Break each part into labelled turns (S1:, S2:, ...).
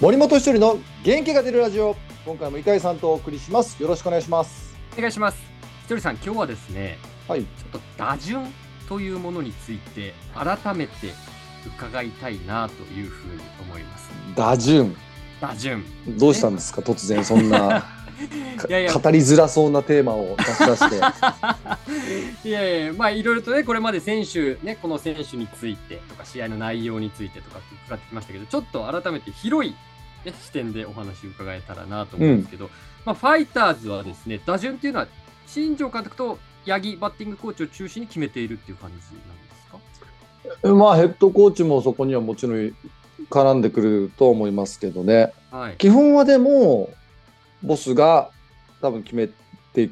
S1: 森本一人の元気が出るラジオ今回も井上さんとお送りしますよろしくお願いします
S2: お願いします。ひとりさん、今日はですね、
S1: はい
S2: ちょっと打順というものについて、改めて伺いたいなというふうに思います。
S1: 打順
S2: 打順。
S1: どうしたんです か突然そんな
S2: いやいや、
S1: 語りづらそうなテーマを出し出して
S2: いやいや、まあ、いろいろとね、これまで選手、ね、この選手についてとか、試合の内容についてとかって伺ってきましたけど、ちょっと改めて広い、ね、視点でお話を伺えたらなと思うんですけど、まあ、ファイターズはですね、打順っていうのは、新庄監督と八木バッティングコーチを中心に決めているっていう感じなんですか
S1: まあヘッドコーチもそこにはもちろん絡んでくると思いますけどね
S2: はい。
S1: 基本はでもボスが多分決めて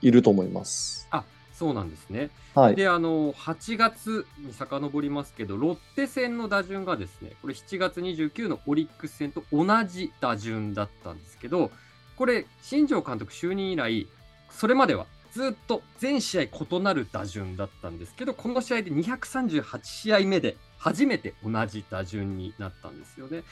S1: いると思います
S2: あそうなんですね。
S1: はい
S2: で、あの8月に遡りますけど、ロッテ戦の打順がですね、これ7月29のオリックス戦と同じ打順だったんですけど、これ、新庄監督就任以来、それまではずっと全試合異なる打順だったんですけど、この試合で238試合目で初めて同じ打順になったんですよね。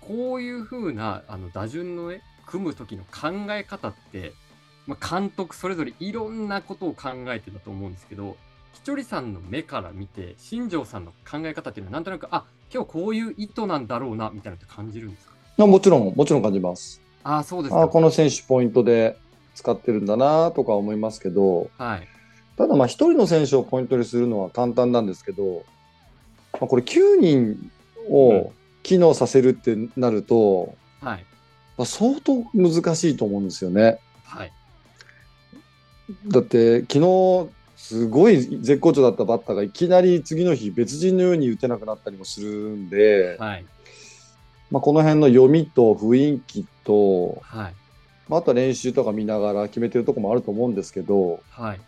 S2: こういう風なあの打順の、ね、組む時の考え方って、まあ、監督それぞれいろんなことを考えてたと思うんですけど、ひとりさんの目から見て、新庄さんの考え方っていうのは、なんとなく、あ今日こういう意図なんだろうなみたいなのって感じるんですか
S1: あもちろんもちろん感じます
S2: ああ、そうです
S1: あ
S2: か。
S1: この選手ポイントで使ってるんだなとか思いますけど
S2: はい、
S1: ただまあ1人の選手をポイントにするのは簡単なんですけど、まあ、これ9人
S2: うん
S1: を機能させるってなると、
S2: はい、
S1: まあ、相当難しいと思うんですよね。
S2: はい、
S1: だって昨日すごい絶好調だったバッターがいきなり次の日別人のように打てなくなったりもするんで、
S2: はい、
S1: まあ、この辺の読みと雰囲気と、
S2: はい、
S1: まあ、あとは練習とか見ながら決めてるとこもあると思うんですけど
S2: はい。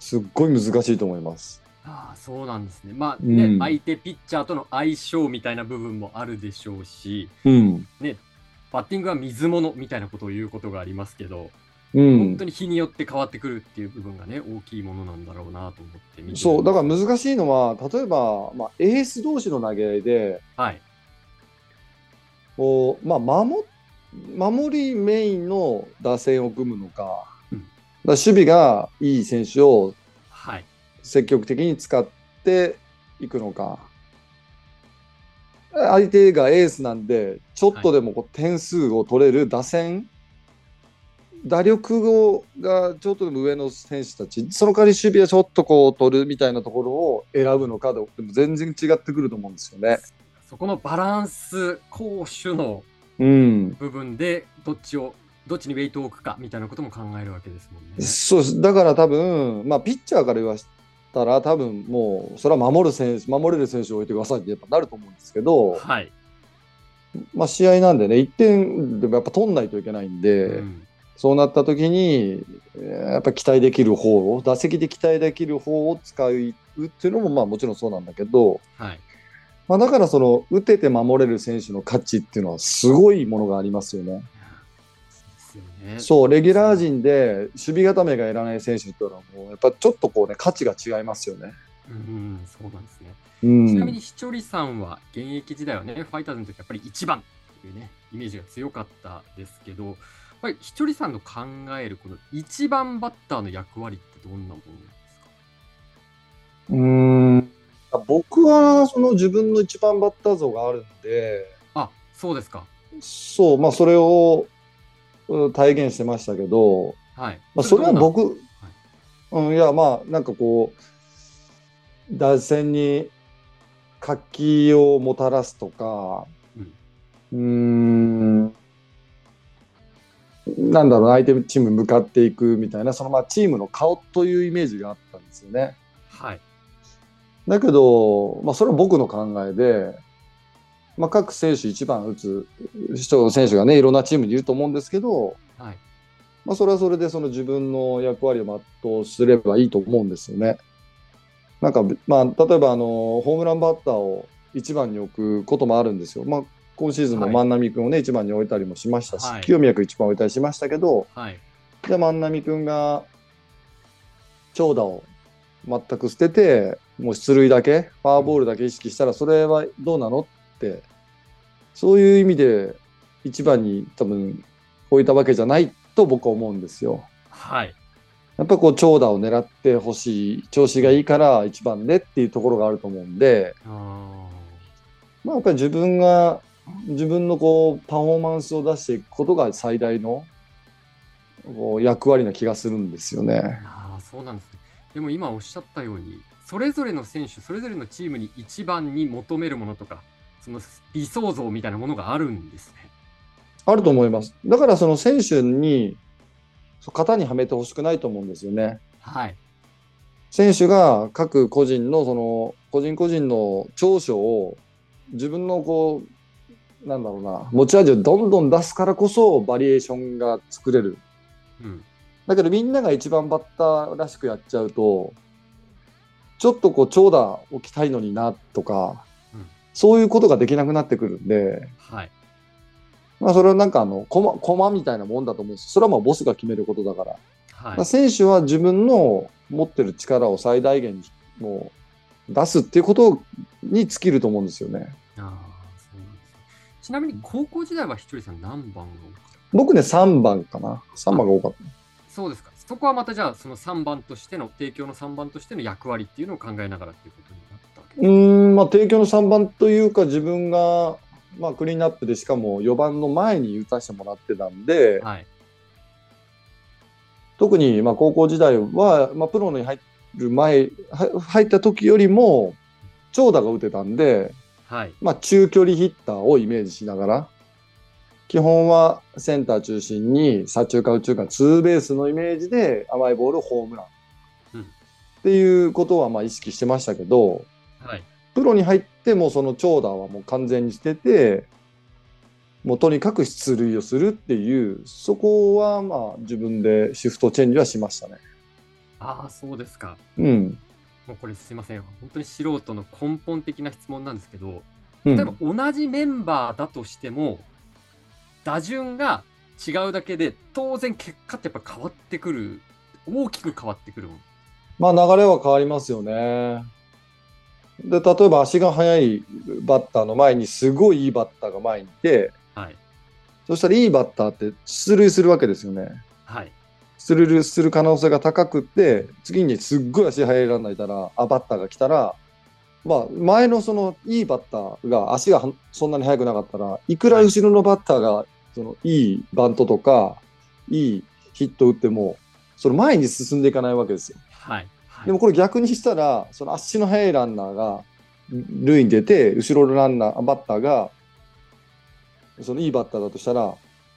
S1: すっごい難しいと思います。
S2: ああ、そうなんですね。まあね、
S1: うん
S2: 相手ピッチャーとの相性みたいな部分もあるでしょうし、
S1: うん、
S2: バッティングは水物みたいなことを言うことがありますけど、
S1: うん、
S2: 本当に日によって変わってくるっていう部分がね、大きいものなんだろうなと思って見て
S1: そうだから
S2: ら、
S1: 難しいのは例えば、まあ、エース同士の投げ合いで
S2: はい、
S1: こう、まあ、守守りメインの打線を組むのか,、
S2: うん
S1: だから守備がいい選手を
S2: はい、
S1: 積極的に使っていくのか相手がエースなんでちょっとでもこう点数を取れる打線、打力をがちょっとでも上の選手たちその代わり守備はちょっとこう取るみたいなところを選ぶのかででも全然違ってくると思うんですよね。
S2: そこのバランス、攻守の
S1: うん
S2: 部分でどっちをどっちにウェイトを置くかみたいなことも考えるわけですもんね。
S1: そうですだから多分、まあ、ピッチャーから言わしたら多分もうそれは守る選手守れる選手を置いてくださいってやっぱなると思うんですけど、
S2: はい。
S1: まあ、試合なんでね、1点でもやっぱ取んないといけないんで、
S2: うん
S1: そうなった時に、えーやっぱ期待できる方を、打席で期待できる方を使うっていうのも、まあもちろんそうなんだけど、
S2: はい。
S1: まあ、だからその、打てて守れる選手の価値っていうのは、すごいものがありますよね。
S2: そうですよね。
S1: そう、レギュラー陣で、守備固めがいらない選手っていうのは、もう、やっぱちょっとこうね、価値が違いますよね。
S2: うん、そうなんですね。
S1: う
S2: ちなみ
S1: ん
S2: に、、ひちょりさんは現役時代はね、ファイターズの時やっぱり一番というね、イメージが強かったですけど、やっぱりひちょりさんの考えるこの一番バッターの役割ってどんなものなんですか
S1: うん僕は、その自分の一番バッター像があるんで、
S2: あ、そうですか。
S1: そう、まあ、それをうん体現してましたけど、
S2: はい。
S1: まあ、それは
S2: どんな
S1: 僕、うん、いや、まあ、なんかこう、打線に活気をもたらすとか、うーん、なんだろうな、相手チームに向かっていくみたいな、そのまあチームの顔というイメージがあったんですよね。
S2: はい。
S1: だけど、まあ、それは僕の考えで、まあ、各選手一番打つ人選手がねいろんなチームにいると思うんですけど、
S2: はい。
S1: まあ、それはそれでその自分の役割を全うすればいいと思うんですよね。なんか、まあ、例えばあのホームランバッターを1番に置くこともあるんですよ。まあ、今シーズンも
S2: はい
S1: 万波君を、ね1番に置いたりもしましたし、
S2: はい
S1: 清宮君1番置いたりしましたけど
S2: はい。
S1: じゃあ万波君が長打を全く捨ててもう出塁だけフォアボールだけ意識したらそれはどうなのってそういう意味で一番に多分置いたわけじゃないと僕は思うんですよ。
S2: はい。
S1: やっぱこう長打を狙ってほしい調子がいいから一番でっていうところがあると思うんで、
S2: あ
S1: まあ、やっぱり自分が自分のこうパフォーマンスを出していくことが最大のこう役割な気がするんですよね
S2: ー。あー、そうなんですね。でも今おっしゃったように、それぞれの選手、それぞれのチームに一番に求めるものとか、その理想像みたいなものがあるんですね。
S1: あると思います。だからその選手にそう型にはめてほしくないと思うんですよね。
S2: はい。
S1: 選手が各個人のその個人個人の長所を自分のこうなんだろうな持ち味をどんどん出すからこそバリエーションが作れる
S2: うん。
S1: だけどみんなが一番バッターらしくやっちゃうとちょっとこう長打をきたいのになとか、
S2: うん
S1: そういうことができなくなってくるんで、
S2: はい。
S1: まあ、それはなんかあの駒駒みたいなもんだと思うんですそれはもうボスが決めることだから
S2: は
S1: まあ
S2: い。
S1: 選手は自分の持ってる力を最大限にもう出すっていうことに尽きると思うんですよね。
S2: ああ、そうなんですね。ちなみに高校時代はひとりさん何番を
S1: 僕ね、3番かな。3番が多かっ
S2: そうですか。そこはまたじゃあその3番としての提供の3番としての役割っていうのを考えながらっていうことになったわけ
S1: た。うーん、まあ、提供の3番というか、自分が、まあ、クリーンアップでしかも4番の前に打たせてもらってたんで、
S2: はい。
S1: 特にまあ高校時代は、まあ、プロに入る前、は入った時よりも、長打が打てたんで、
S2: はい。
S1: まあ、中距離ヒッターをイメージしながら、基本はセンター中心に左中間右中間ツーベースのイメージで甘いボールホームラン、
S2: うん
S1: っていうことはまあ意識してましたけど、
S2: はい。
S1: プロに入ってもその長打はもう完全に捨てて、もうとにかく出塁をするっていう、そこはまあ自分でシフトチェンジはしましたね。
S2: ああ、そうですか。
S1: うん。
S2: もうこれすいません。本当に素人の根本的な質問なんですけど、
S1: う
S2: 例えば
S1: ん、
S2: 同じメンバーだとしても、打順が違うだけで、当然結果ってやっぱ変わってくる、大きく変わってくるもん。
S1: まあ流れは変わりますよね。で例えば足が速いバッターの前にすごいいいバッターが前にいて
S2: はい。
S1: そしたらいいバッターって出塁するわけですよね。
S2: はい。
S1: 出塁する可能性が高くって次にすっごい足速いランナーいたらあバッターが来たら、まあ、前のそのいいバッターが足がはそんなに速くなかったらいくら後ろのバッターがそのいいバントとかいいヒット打ってもその前に進んでいかないわけですよ。
S2: はい。はい、
S1: でもこれ逆にしたら、その足の速いランナーが塁に出て、後ろのランナー、バッターが、そのいいバッターだとしたら、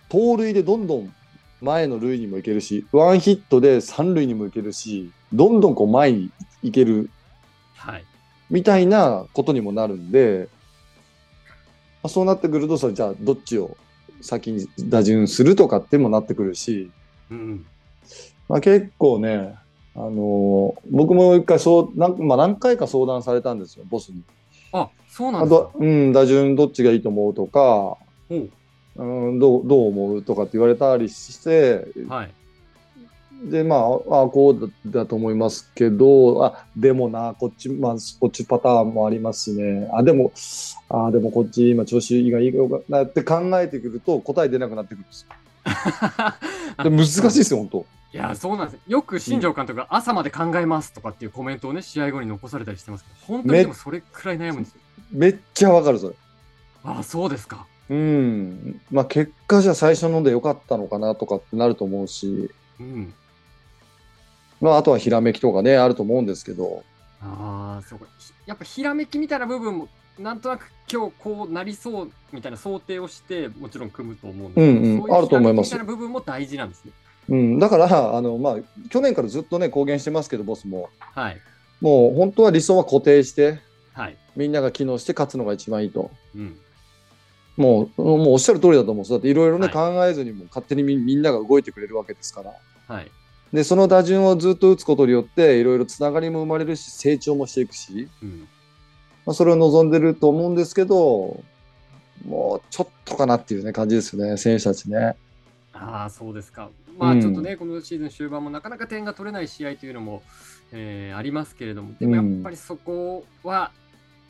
S1: 盗塁でどんどん前の塁にも行けるし、ワンヒットで三塁にも行けるし、どんどんこう前に行ける
S2: はい。
S1: みたいなことにもなるんで、まあ、そうなってくると、それじゃあどっちを先に打順するとかってもなってくるし、
S2: うん。
S1: まあ、結構ね、あのー僕も一回そうなん、まあ、何回か相談されたんですよ、ボスに。
S2: あ、そうな
S1: あ
S2: んですか
S1: と。、うん、打順どっちがいいと思うとか、
S2: ほう
S1: うん、どうどう思うとかって言われたりして、
S2: はい。
S1: で、まあ、あこうだだと思いますけど、あ、でもな、こっち、まあ、こっちパターンもありますしね、あ、でも、あ、でもこっち今調子がいいよかなって考えてくると答え出なくなってくるんですよ。で難しいですよ、本当。
S2: いや、そうなんです。よく新庄監督が朝まで考えますとかっていうコメントをね、試合後に残されたりしてますけど、本当に
S1: め
S2: でもそれくらい悩むんですよ。
S1: めっちゃわかる、それ。
S2: ああ、そうですか。
S1: うん、まあ結果じゃ最初ので良かったのかなとかってなると思うし、
S2: うん。
S1: まああとはひらめきとかね、あると思うんですけど、
S2: ああ、そうか。ひやっぱひらめきみたいな部分も、なんとなく今日こうなりそうみたいな想定をして、もちろん組むと思うんですけど、
S1: うんうん
S2: そういう
S1: あると思います
S2: ひらめきみたいな部分も大事なんですね。
S1: うん、だから、 あの、まあ去年からずっとね、公言してますけど、ボスも、
S2: はい。
S1: もう本当は理想は固定して、
S2: はい。
S1: みんなが機能して勝つのが一番いいと。
S2: うん。
S1: もう、もうおっしゃる通りだと思うんです。だっていろいろね、
S2: は
S1: 考えずにもう勝手にみみんなが動いてくれるわけですから。
S2: はい。
S1: で、その打順をずっと打つことによって、いろいろつながりも生まれるし、成長もしていくし、
S2: うん。
S1: まあ、それを望んでると思うんですけど、もうちょっとかなっていう、ね、感じですよね、選手たちね。
S2: ああ、そうですか。まあ、
S1: うん
S2: ちょっとね、このシーズン終盤もなかなか点が取れない試合というのも、えーありますけれども、でも
S1: う
S2: やっ
S1: ん
S2: ぱりそこは、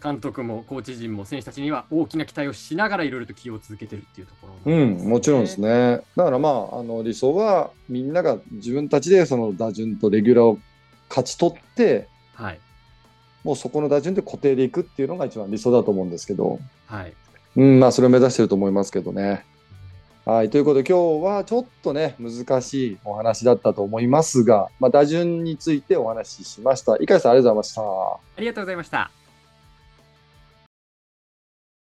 S2: 監督もコーチ陣も選手たちには大きな期待をしながらいろいろと起用を続けてるっていうところ、
S1: うん、もちろんです
S2: ね。
S1: ね。だからまあ、あの理想はみんなが自分たちでその打順とレギュラーを勝ち取って、
S2: はい。
S1: もうそこの打順で固定でいくっていうのが一番理想だと思うんですけど、
S2: はい。
S1: うん、まあそれを目指してると思いますけどね。はい、ということで今日はちょっとね、難しいお話だったと思いますが、まあ打順についてお話ししました。いかさんありがとうございました。
S2: ありがとうございました。